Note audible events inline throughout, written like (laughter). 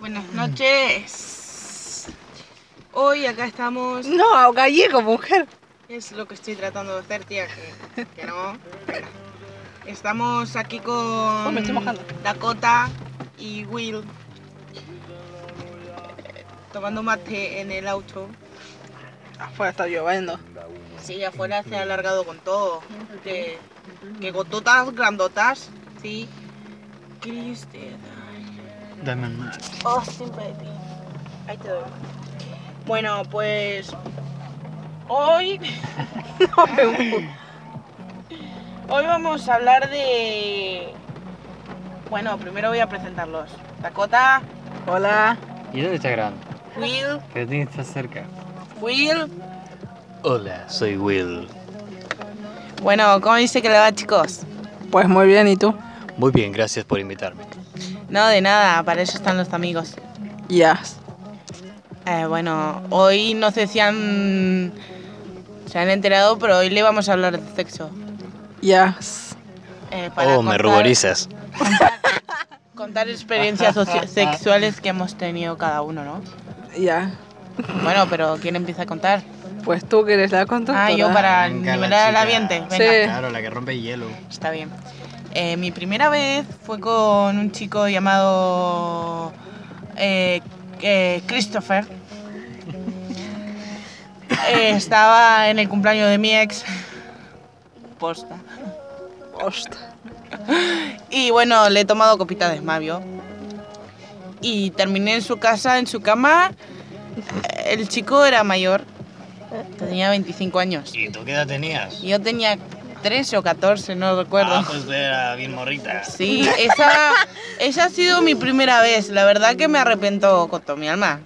Buenas noches. Hoy acá estamos. No, gallego, mujer. Es lo que estoy tratando de hacer, tía, que, que no. Venga. Estamos aquí con Oh, me estoy mojando. Dakota y Will eh, tomando mate en el auto. Afuera está lloviendo. Sí, afuera se ha alargado con todo. Que, que gototas grandotas, sí. Cristian. Dame más. Austin Baby. Ahí te doy. Bueno, pues hoy (laughs) No me gusta. hoy vamos a hablar de bueno, primero voy a presentarlos. Dakota, Hola. ¿Y dónde está grabando? Will, Que tiene que estar cerca. Will. Hola, soy Will. Bueno, ¿cómo dice que le va, chicos? Pues muy bien, ¿y tú? Muy bien, gracias por invitarme. No, de nada, para eso están los amigos. Yes. Eh, bueno, hoy no sé si han se han enterado, pero hoy le vamos a hablar de sexo. Yes. Eh, para oh, me contar- ruborizas. Contar experiencias (laughs) soci- sexuales que hemos tenido cada uno, ¿no? Ya. Bueno, pero ¿quién empieza a contar? Pues tú que eres la conductora. Ah, yo para Venga, la nivelar el chica. ambiente. Sí. Venga, Claro, la que rompe hielo. está bien. Eh, mi primera vez fue con un chico llamado eh, eh, (laughs) Christopher. Eh, estaba en el cumpleaños de mi ex. Posta. Hostia. Y bueno, le he tomado copita de esmavio. Y terminé en su casa, en su cama. Eh, El chico era mayor. Tenía 25 años. ¿Y tú qué edad tenías? Y Yo tenía 13 o 14, no recuerdo. Ah, pues era bien morrita. Sí, esa, esa ha sido mi primera vez. La verdad que me arrepiento con mi alma.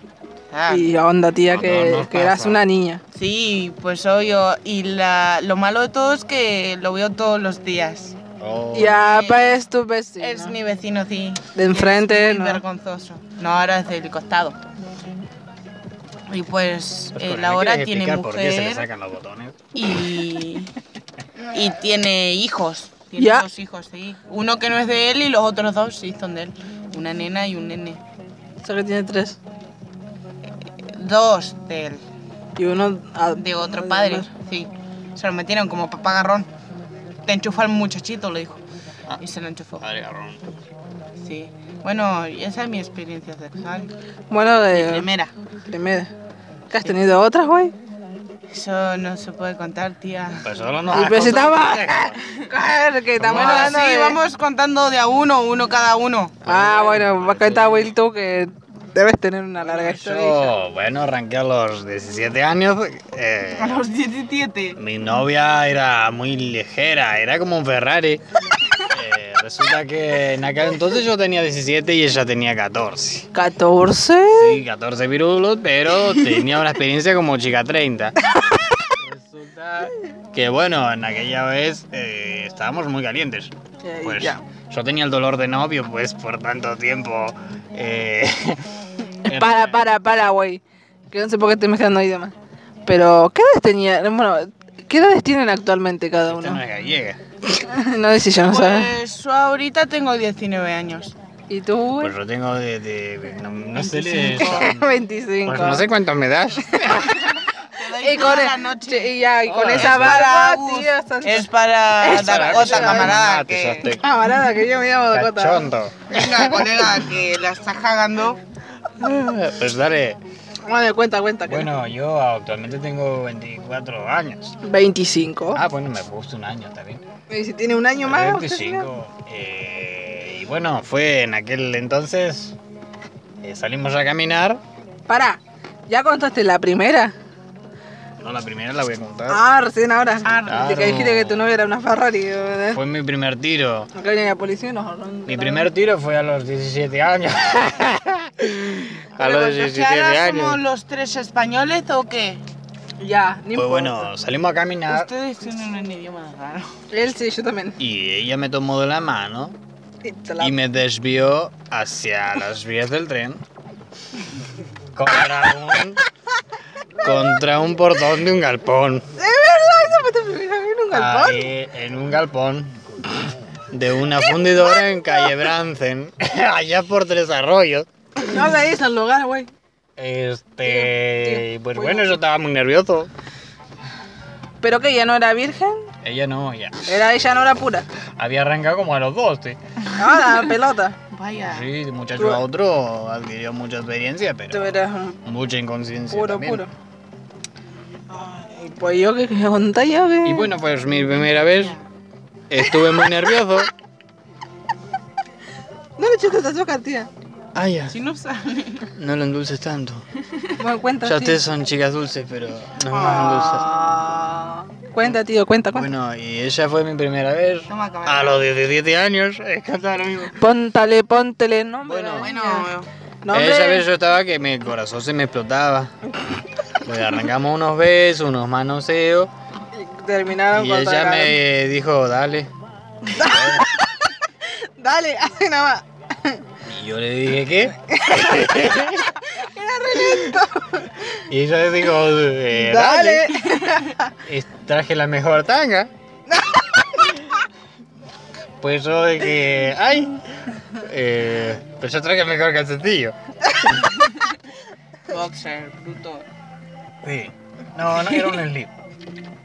Ah, Y onda, tía, que, No, no que eras pasa. una niña. sí, pues obvio. Y la, lo malo de todo es que lo veo todos los días. Oh. Ya, pues tu vecino. Es mi vecino, sí. De enfrente, Es muy ¿no? vergonzoso. No, ahora es del costado. Y pues, Pues eh, con la él hora quieres tiene explicar ¿Por qué se le mujer sacan los botones? y, y tiene hijos. Tiene Ya. dos hijos, sí. Uno que no es de él y los otros dos sí son de él. Una nena y un nene. Solo tiene tres. Dos de él, Y uno... ah, de otro padre, sí. Se lo metieron como papá garrón. Te enchufa el muchachito, le dijo. Ah. Y se lo enchufó. Padre garrón. Sí. Bueno, y esa es mi experiencia sexual. Bueno, de... Primera. Primera. ¿Que has tenido otras, güey? Eso no se puede contar, tía. Pues solo no. Y pero si estaba... (laughs) Claro, que estamos Bueno, hablando sí, de- vamos contando de a uno, uno cada uno. Ah, bueno, va a contar Will tú que debes tener una larga historia. Yo, bueno, arranqué a los 17 años. eh, A los 17. Mi novia era muy ligera, era como un Ferrari. Eh, resulta que en aquel entonces yo tenía 17 y ella tenía 14. ¿14? Sí, 14 virulos, pero tenía una experiencia como chica 30. Resulta que bueno, en aquella vez eh, estábamos muy calientes. Ya, Pues Eh, ya. yo tenía el dolor de novio, pues por tanto tiempo. (laughs) eh, (laughs) Para, para, para, güey. Que no sé por qué estoy mezclando idiomas. Pero, ¿qué edades tenía? Bueno, ¿qué edades tienen actualmente cada Esta no uno? es gallega. (laughs) No sé si yo no sabes. Pues yo ahorita tengo 19 años. ¿Y tú, Pues güey? (laughs) yo tengo de. de- no, no sé leer. 25. Pues no sé cuántos me das. Y con, la e- noche. y ya, y con Hola. esa Es vara, ah, Agus, tío, santa- Es para Es para Dakota, Dakota, camarada. mate, ya Que... estoy. Camarada, que yo me llamo Dakota. Cachonto. Venga, colega, que la estás cagando. Pues dale. Bueno, cuenta, cuenta. que- Bueno, yo actualmente tengo 24 años. 25. Ah, bueno, me gusta un año también. Y si tiene un año más, usted señor. 25. eh, y bueno, fue en aquel entonces. eh, salimos a caminar. Pará, ¿ya contaste la primera? No, la primera la voy a contar. Ah, recién ahora. Ah, De que dijiste no. que tu novia era una Ferrari. ¿verdad? Fue mi primer tiro. Acá viene la policía y nos arranca. Mi primer tiro fue a los 17 años. a Pero, los ¿que 17 ahora somos años. los tres españoles o qué? Ya, ni importa. Pues bueno, salimos a caminar Ustedes tienen un idioma raro. Él sí, yo también. y ella me tomó de la mano Y te la- y me desvió hacia las vías del tren contra un, contra un portón de un galpón. ¡Es verdad! Esa fue tu primera vez en un galpón. Ahí, en un galpón (laughs) de una fundidora en calle Bransen, allá por Tres Arroyos. No le dices al lugar, güey. Este. Tío, tío, pues voy bueno, a- yo estaba muy nervioso. ¿Pero que ¿Ya no era virgen? Ella no, ya. Era ella, no era pura. Había arrancado como a los dos, sí. Ah, (laughs) la pelota. Vaya. Sí, de Ah. Tú- muchacho a otro adquirió mucha experiencia, Tú pero eras un mucha inconsciencia. puro, también. puro. Ay, pues yo que conté yo que. Y bueno, pues mi primera vez estuve muy nervioso. No le echaste esta azúcar, tía. Ay, Ah, ya, Si no sabe. no lo endulces tanto. Bueno, cuenta. Ya tío. ustedes son chicas dulces, pero no me endulces. Ah. Cuenta, tío, cuenta, cuenta. Bueno, y ella fue mi primera vez. No me acabas. A los 17 años, (laughs) es que hasta ahora mismo. Póntale, póntele nombre. Bueno. Bueno, nombre. Esa vez yo estaba que mi corazón se me explotaba. Le arrancamos unos besos, unos manoseos. Y Terminaron Y con ella me dijo, dale. Dale, (laughs) hace nada más. Y yo le dije, ¿qué? Era re Y ella le dijo, eh, dale. Dale. Y traje la mejor (laughs) tanga. Pues yo de que, ay. eh, pero yo traje el mejor calcetillo. boxer, bruto. Sí. No, no era un slip. (laughs)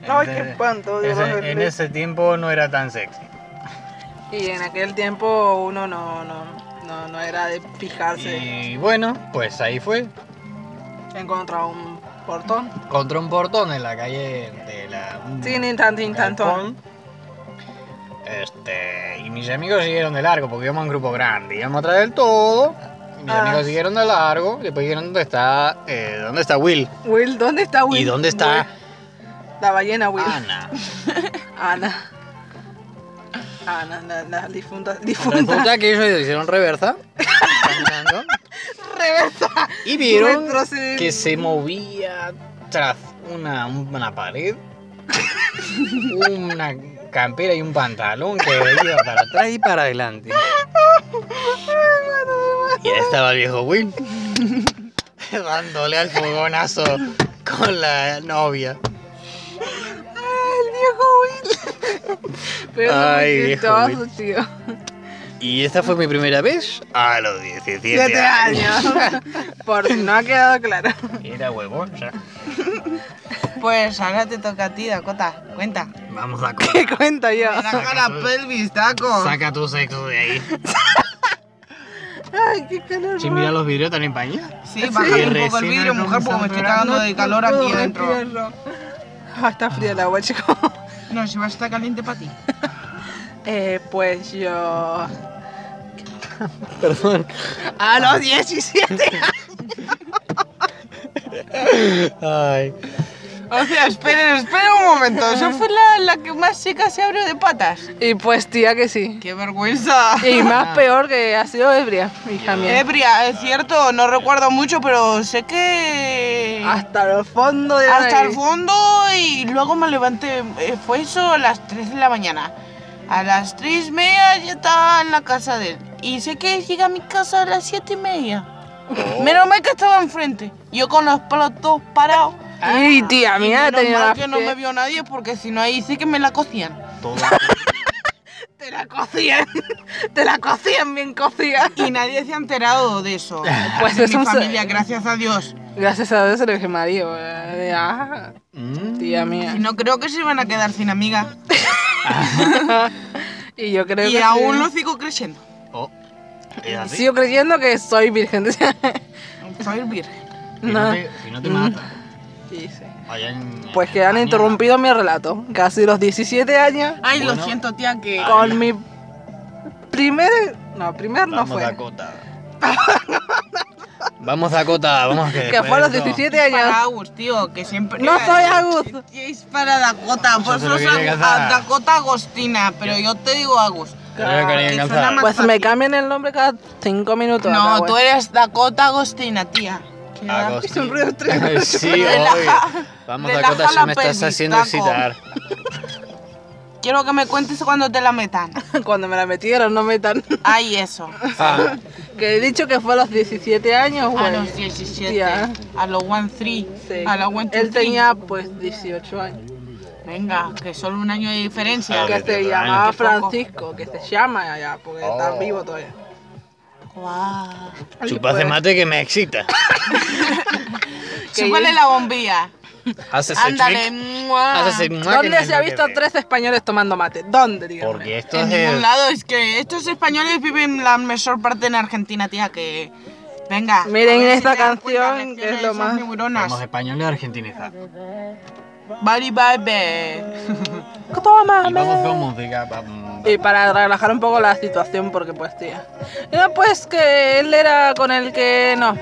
Ay, qué espanto, Dios, Ese- los en slips. ese tiempo no era tan sexy. Y en aquel tiempo uno no, no, no, no era de fijarse. Y bueno, pues ahí fue. Encontró un portón. Contra un portón en la calle de la. un Tin, tin, tan, tin, tan, ton. galpón. Este. Y mis amigos siguieron de largo porque íbamos en grupo grande. Íbamos atrás del todo. y Mis Ah. amigos siguieron de largo. y Después dijeron dónde está. eh, ¿Dónde está Will? Will, ¿dónde está Will? ¿Y dónde está Will. La ballena, Will. Ana? Ana. Ana, la, la difunta. Difunta. (laughs) Resulta que ellos hicieron reversa. caminando, (laughs) Reversa. (laughs) y vieron Retroceden. que se movía tras una, una pared. una campera y un pantalón que iba para atrás y para adelante. (laughs) Y ahí estaba el viejo Will. (laughs) dándole al fogonazo con la novia. El viejo Will. Pero eso Ay, es muy viejo chistoso, tío. Y esta fue mi primera vez a los 17 Siete años. años. (laughs) Por si no ha quedado claro. (laughs) Era huevón, ya. Pues ahora te toca a ti, Dakota. Cuenta. Vamos (laughs) a correr. ¿Qué cuento yo? Ah, Saca la pelvis, taco. Saca tu sexo de (laughs) ahí. Ay, qué calor. Si mira los vidrios están empañados. Sí, bájale un poco el Recién vidrio, mujer, porque me estoy comenzando, cagando de calor aquí dentro. adentro. Ah, está fría el agua, chicos. No, si va a estar caliente para ti. (laughs) Eh, pues yo. Perdón. A los 17. Ay. (laughs) O sea, esperen, esperen un momento. Esa fue la, la que más seca se abrió de patas. Y pues, tía, que sí. ¡Qué vergüenza! Y Ah. más peor que ha sido ebria, hija mía. Ebria, es cierto, no recuerdo mucho, pero sé que... Hasta el fondo de la Hasta el nariz. fondo y luego me levanté. Eh, Fue eso a las 3 de la mañana. A las 3 y media ya estaba en la casa de él. Y sé que llega a mi casa a las 7 y media. Oh. Menos mal que estaba enfrente. Yo con los pelos todos parados. Ay, tía Y mía, menos tenía mal la que no me vio nadie porque si no ahí sí que me la cocían. Toda- Te la cocían. (laughs) Te la cocían bien cocida. Y nadie se ha enterado de (laughs) eso. Pues De es mi un- familia, gracias a Dios. Gracias a Dios se lo dije Mario. eh, ah, Mm. tía mía. Y no creo que se van a quedar sin amiga. Y yo creo Y que. aún sí. lo sigo creyendo. Oh. ¿Es así? Sigo creyendo que soy virgen. (laughs) Soy virgen. Si no, no. te, si no te mata. Sí, sí. Allá en- Mm. Pues en que han España, interrumpido mi relato. Casi los 17 años. Ay, lo Bueno. siento, tía, que... Con mi primer. No, primer no Vamos a fue. Cota. vamos a Cota, vamos que. (laughs) Que fue a los después de esto- 17 para años. Agus, tío, que siempre... No soy Agus. Es para Dakota, Yo vos se lo sos quería Agus- casar. a Dakota Agostina, pero yo te digo Agus. Yo creo que Que quería suena alcanzar. más- Pues me fácil. cambian el nombre cada 5 minutos. No, acá, tú güey. eres Dakota Agostina, tía. Qué Agos- Hice un ruido extraño. (laughs) (laughs) Sí, Relaja- obvio. Vamos a relaja Cota, la ya me estás pelvis, haciendo taco. (laughs) excitar. asco. Quiero que me cuentes cuando te la metan. (laughs) Cuando me la metieron, no me tan. (laughs) Ay, eso. Ah, Que he dicho que fue a los 17 años, güey. A los 17. Tía. A los 1-3. Sí. A los 1 Él tenía pues 18 años. Venga, que solo un año de diferencia. Ah, Que qué se raro. llamaba Qué poco. Francisco, que se llama allá, porque está Oh. vivo todavía. Pues, Guau. Chupás de mate que me excita. ¿Qué Chúpale es? la bombilla. Haces el Ándale. clic. mua. Haces el mua que Ah, ¿Dónde no se ha lo que visto ve. tres españoles tomando mate? ¿Dónde, digamos? Porque esto En es ningún eh, el- lado, es que estos españoles viven la mejor parte en Argentina, tía, que... Venga. Miren a ver esta te das cuenta, canción, lecciones que es de lo esas más- neuronas. Somos españoles argentinizados. Bye, bye, bye. Toma, Y vamos mm, me. con música. vamos. Y para relajar un poco la situación, porque pues, tía. No, pues que él era con el que. No.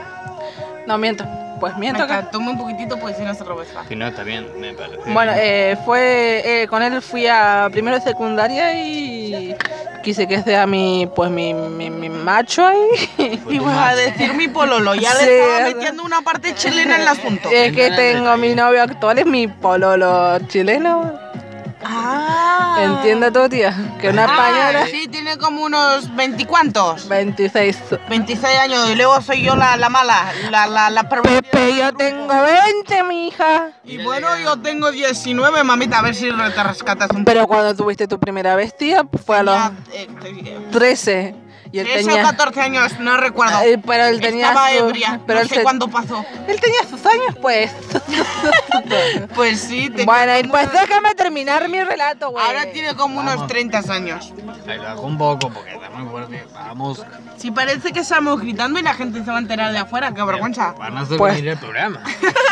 No, miento. Pues miento Me que. toma un poquitito, pues si no se roba esta. Si no, está bien, me parece. Bueno, eh, fue. eh, con él fui a primero de secundaria y. Quise que sea mi. Pues mi, mi, mi macho ahí. (laughs) Fue tu Ibas a madre. decir mi pololo, ya le Sí, estaba ¿verdad? Eh, metiendo una parte chilena en el asunto. Es que Entra en tengo mi detalle. novio actual, es mi pololo chileno. Ah. Entiende tú, tía. Que una Ah, española. sí, tiene como unos veinticuantos. 26. 26 años y luego soy yo la, la mala, la, la, la pervertida. Pepe, yo tengo 20, mija. Y bueno, yo tengo 19, mamita, a ver si re- te rescatas un Pero cuando tuviste tu primera vestida fue a los Ya, eh, te- 13. Y él 13 o tenía. 14 años, no recuerdo. eh, Pero él tenía. Estaba su- ebria, Pero no él, sé se- cuándo pasó. él tenía sus años, (laughs) pues. Pues sí, tenía bueno, eh, y como pues unos- déjame terminar mi relato, güey. ahora tiene como unos Vamos. 30 años. Ahí lo hago un poco porque está muy fuerte. Vamos. Si parece que estamos gritando y la gente se va a enterar de afuera, qué vergüenza. Van a hacer Pues- venir el programa.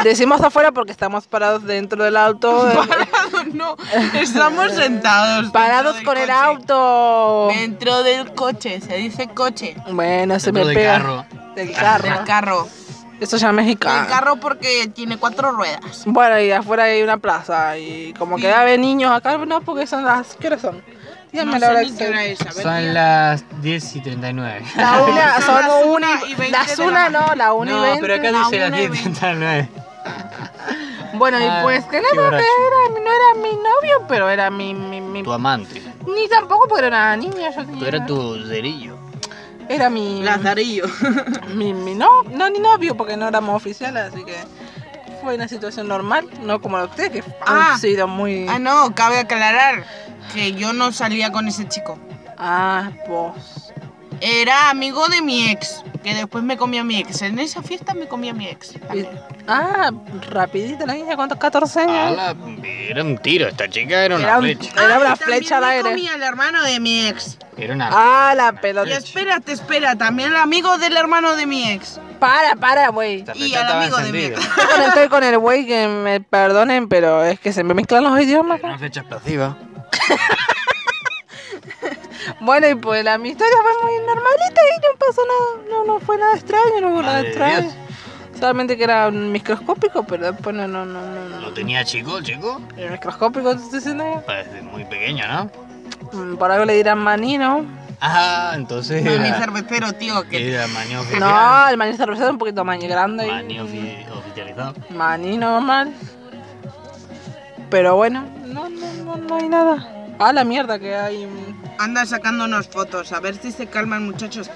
Decimos afuera porque estamos parados dentro (laughs) del auto. eh, Parados no, estamos sentados. parados dentro con del el coche. auto. Dentro del coche, se dice coche. Bueno, se me Dentro del pega. carro. Del carro. Del carro. Eso ya es mexicano. Del carro porque tiene cuatro ruedas. Bueno, y afuera hay una plaza y como que hay niños acá, no, porque son las... ¿Qué horas son? Díganme No (laughs) la hora sé ni exacta. qué hora es, a ver, Son tía. las 10 y 39. (laughs) La una, Son (laughs) son las una una y veinte Las de la una mañana. no, la una y No, veinte. pero acá la dice las una 10 y y veinte. 39. Bueno, Ah, y pues que no, qué no, que borracho. era, no era mi novio, pero era mi... mi, mi- Tu amante. Ni tampoco porque era una niña, yo tenía... Tú eras tu cerillo. Era mi... Lazarillo. mi, mi no, no, ni novio, porque no éramos oficiales, así que... Fue una situación normal, no como la de ustedes, que Ah. han sido muy... Ah, no, cabe aclarar que yo no salía con ese chico. Ah, pues... Era amigo de mi ex, que después me comía mi ex. En esa fiesta me comía mi ex. Y- Ah, rapidita la niña, ¿cuántos? 14 años. Ala, Era un tiro, esta chica era Eh. Era una un- flecha. Era una Ah, y también flecha al me aire. comía el hermano de mi ex. Era una. Ah, la Y pelota. espérate, espera, también el amigo del hermano de mi ex. Para, para, güey. Esta y flecha al estaba amigo de mi encendida. ex. Estoy con- Estoy con el güey que me perdonen, pero es que se me mezclan los idiomas. Era una flecha explosiva. Bueno, y pues la, mi historia fue muy normalita y no pasó nada. No, no fue nada extraño, no hubo nada Madre de Dios. extraño. Solamente que era un microscópico, pero después no, no, no, no. no. Lo tenía chico, chico. El microscópico, ¿tú estás diciendo? Parece muy pequeño, ¿no? Mm, Por algo le dirán maní, ¿no? (laughs) Ah, entonces. No, mi Era, cervecero, tío, que era maní oficial. No, el maní cerveza es un poquito más grande. y- Maní ofi- oficializado. Maní normal. Pero bueno, no, no, no, no hay nada. Ah, la mierda que hay. un- anda sacándonos fotos. A ver si se calman, muchachos.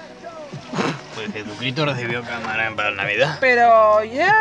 Pues Jesucristo recibió cámara para Navidad. Pero ya.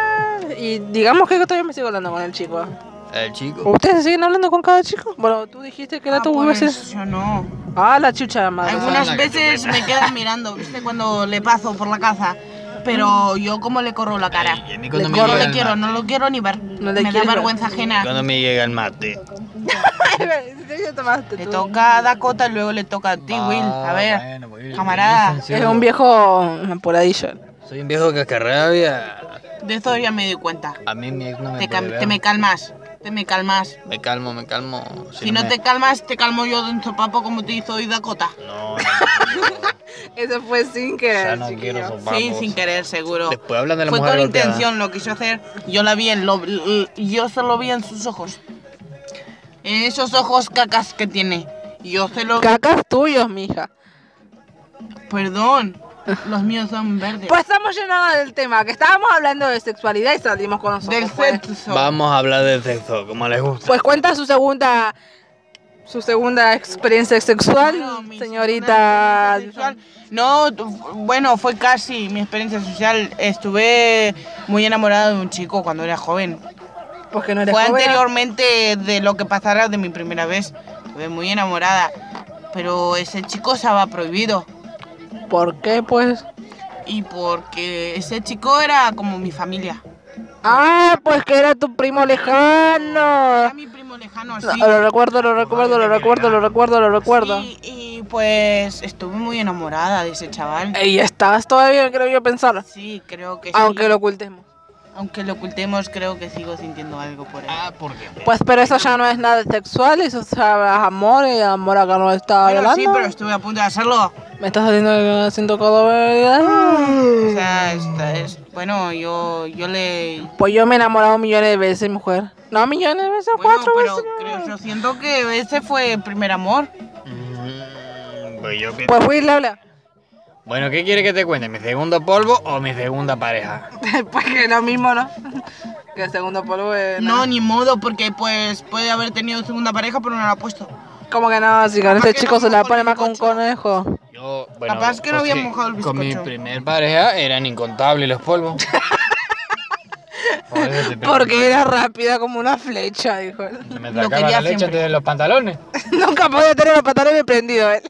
Y digamos que todavía me sigo hablando con el chico. El chico. ¿Ustedes siguen hablando con cada chico? Bueno, tú dijiste que era Ah, tu pues, veces. Yo no. Ah, la chucha de madre. Alguna- Algunas la veces cachupeta. me quedan mirando, ¿viste? Cuando le paso por la casa. Pero yo como le corro la cara. Y a mí cuando Le me Yo no llega le el quiero, mate. no lo quiero ni ver. No le me da quieres ver. vergüenza ajena. Cuando me llega el mate. (laughs) Ya tomaste Le tú. toca a Dakota y luego le toca a ti, Ah, Will. A ver. bueno, pues, Will, camarada. Wilson, sí. Es un viejo apuradillo. Soy un viejo cascarrabia. De eso ya me di cuenta. A mí mi ex no me Te, puede cal- ver. te me calmas. Te me calmas. Me calmo, me calmo. Si no me- te calmas, te calmo yo de un sopapo como te hizo hoy Dakota. No, no, no, no, Eso fue sin ya querer. no chiquillo. quiero sopapos. Sí, sin querer, seguro. Después hablan de la Fue mujer con golpeada. intención, lo quiso hacer. Yo la vi en lo, l- yo solo vi en sus ojos. En esos ojos cacas que tiene. Yo se lo Cacas tuyos, mija. (laughs) Perdón. Los míos son verdes. Pues estamos llenados del tema, que estábamos hablando de sexualidad y salimos con nosotros. del pues. sexo. (laughs) Vamos a hablar del sexo, como les gusta. Pues cuenta su segunda su segunda experiencia sexual, Bueno, mi señorita. experiencia sexual- No, tu- bueno, fue casi mi experiencia social. Estuve muy enamorada de un chico cuando era joven. Porque no eres Fue joven. anteriormente de lo que pasara de mi primera vez. Estuve muy enamorada. Pero ese chico estaba prohibido. ¿Por qué, pues? Y porque ese chico era como mi familia. Ah, pues que era tu primo Era lejano. mi primo lejano, No, sí. lo recuerdo, lo recuerdo, lo recuerdo, lo recuerdo, lo recuerdo. Y, y, pues estuve muy enamorada de ese chaval. Y estás todavía, creo yo, pensar. Sí, creo que sí. Aunque lo ocultemos. Aunque lo ocultemos, creo que sigo sintiendo algo por él. Ah, ¿por qué? Pues, pero eso ya no es nada sexual, eso ya es amor y amor acá no está Bueno, hablando. sí, pero estuve a punto de hacerlo. Me estás haciendo que siento Ah. todo. O sea, esta es- bueno, yo, yo le... Pues yo me he enamorado millones de veces, mujer. No, millones de veces, Bueno, cuatro pero veces. creo- yo siento que ese fue el primer amor. Mm, Pues yo que- Pues fui, le habla. (laughs) Bueno, ¿qué quiere que te cuente? ¿Mi segundo polvo o mi segunda pareja? pues que lo mismo, ¿no? que el segundo polvo es. No, ni modo, porque pues puede haber tenido segunda pareja, pero no la ha puesto. Como que no, si con este que chico no se la mojó pone el más que un conejo. Yo, bueno, Capaz que no había sí, mojado el Con mi bizcocho. primer pareja eran incontables los polvos. Por eso te pregunto. Porque era rápida como una flecha, dijo él. (laughs) Me Lo sacaba quería la leche siempre. antes de los pantalones. Nunca podía tener los pantalones prendidos él.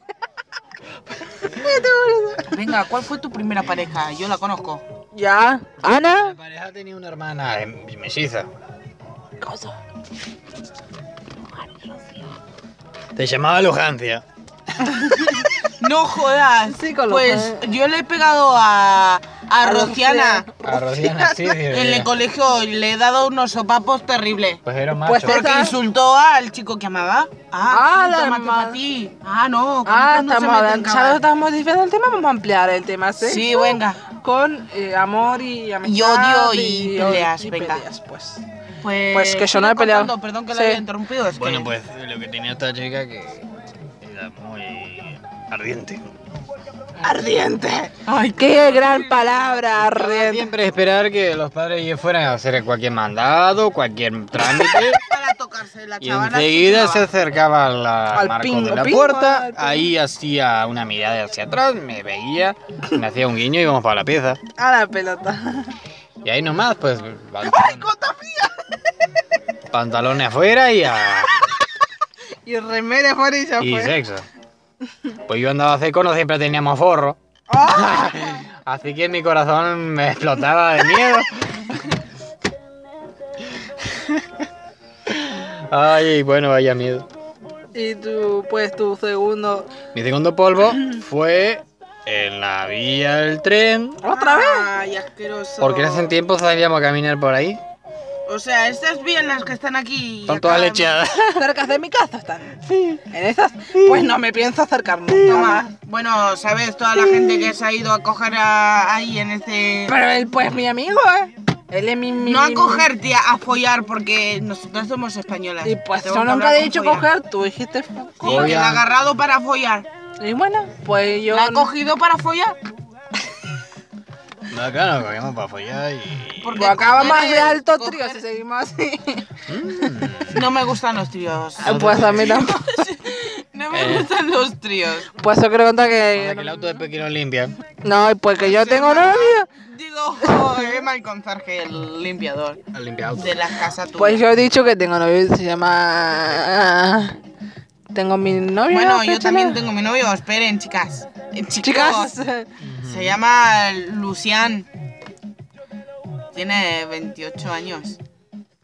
Venga, ¿cuál fue tu primera pareja? Yo la conozco. ¿Ya? La ¿Ana? pareja tenía una hermana eh, melliza. Cosa. Se llamaba Lujancia. No jodas. Sí, con los pues yo le he pegado a, a, A Rociana A Rosina, (laughs) sí, sí, en el sí. colegio y le he dado unos sopapos terribles. Pues era macho. Pues Porque Esa- insultó al chico que amaba. Ah, Ah, la ah te hermana. a ti. Ah, no. con Ah, estos no se estamos meten, hablando. Ya lo cabal. estamos diciendo el tema, vamos a ampliar el tema, ¿sí? Sí, venga. Con eh, amor y amistad. odio y peleas, venga. peleas, pues. Pues, Pues que yo no he sigue peleado. contando, Perdón que Sí. la haya interrumpido. es que- Bueno, pues lo que tenía esta chica que era muy ardiente. Ardiente. Ay, Qué gran palabra, ardiente. Siempre esperar que los padres fueran a hacer cualquier mandado, cualquier (laughs) trámite. para tocarse la Y chavala. enseguida sí se que la va. acercaba al Al marco pingo, de la pingo, puerta, al pingo. ahí hacía una mirada hacia atrás, me veía, me hacía un guiño y íbamos para la pieza. A la pelota. (laughs) Y ahí nomás, pues... Pantalones, pantalones afuera (laughs) y, a- Y remera fuera y ya y fue. sexo. Pues yo andaba seco, no siempre teníamos forro. ¡Ah! Así que mi corazón me explotaba de miedo. Ay, bueno, vaya miedo. Y tú, pues, tu segundo. Mi segundo polvo fue en la vía del tren. ¿Otra vez? Ay, asqueroso. Porque hace tiempo salíamos a caminar por ahí. O sea, estas vías las que están aquí. Son acá- todas lecheadas. Cerca de mi casa están. Sí. En esas. Pues no me pienso acercar nunca más. Toma. Bueno, sabes, toda la gente que se ha ido a coger a- ahí en este. Pero él, pues, mi amigo, ¿eh? Él es mi. mi No a mi- cogerte, a, a follar, porque nosotras somos españolas. Y pues, Tengo yo que nunca hablar he con dicho follar. coger, tú dijiste. fu- Sí, que Follar. la ha agarrado para follar. Y bueno, pues yo. ¿La ha cogido para follar? No, acá nos cogemos para follar y. Porque Pues acá va coger más de es alto coger. trío si seguimos así. (laughs) No me gustan los (laughs) tríos. Ah, Pues a mí tampoco. No me gustan los tríos. Pues yo creo contar Hasta que el que. auto después que lo limpia. No, y pues que yo tengo novia. Digo, joder, mal con Zarge, el limpiador Al limpia auto. de la casa tuya. Pues yo he dicho que tengo novio se llama. Tengo mi novio. bueno, ¿no? yo ¿Qué también chela? tengo mi novio, esperen, chicas. Eh, chicos, Chicas, Se llama Lucián. Tiene 28 años.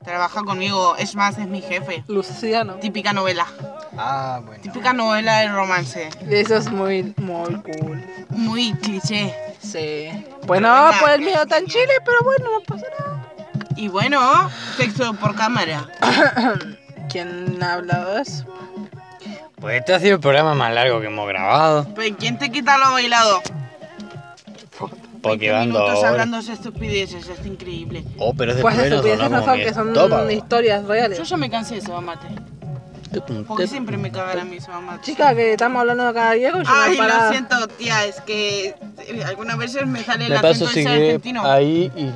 Trabaja conmigo, es más, es mi jefe. Luciano. Típica novela. Ah, bueno. Típica novela de romance. Eso es muy, muy cool. Muy cliché. Sí. Bueno, Venga, pues el que mío está en genial. Chile, pero bueno, no pasa nada. Y bueno, sexo por cámara. ¿Quién ha hablado de eso? Pues este ha sido el programa más largo que hemos grabado. Pues, ¿quién te quita lo bailado? Porque van dos. minutos horas. hablando esas estupideces, es increíble. Oh, pero ese Pues programa estupideces no son, que son historias Yo reales. ya me cansé de ese mate. Porque siempre me cagan a mí ese mate. Chica, que estamos hablando de cada Diego y yo Ay, no he parado. lo siento, tía, es que eh, algunas veces me sale el Me acento paso ese sigue argentino. ahí y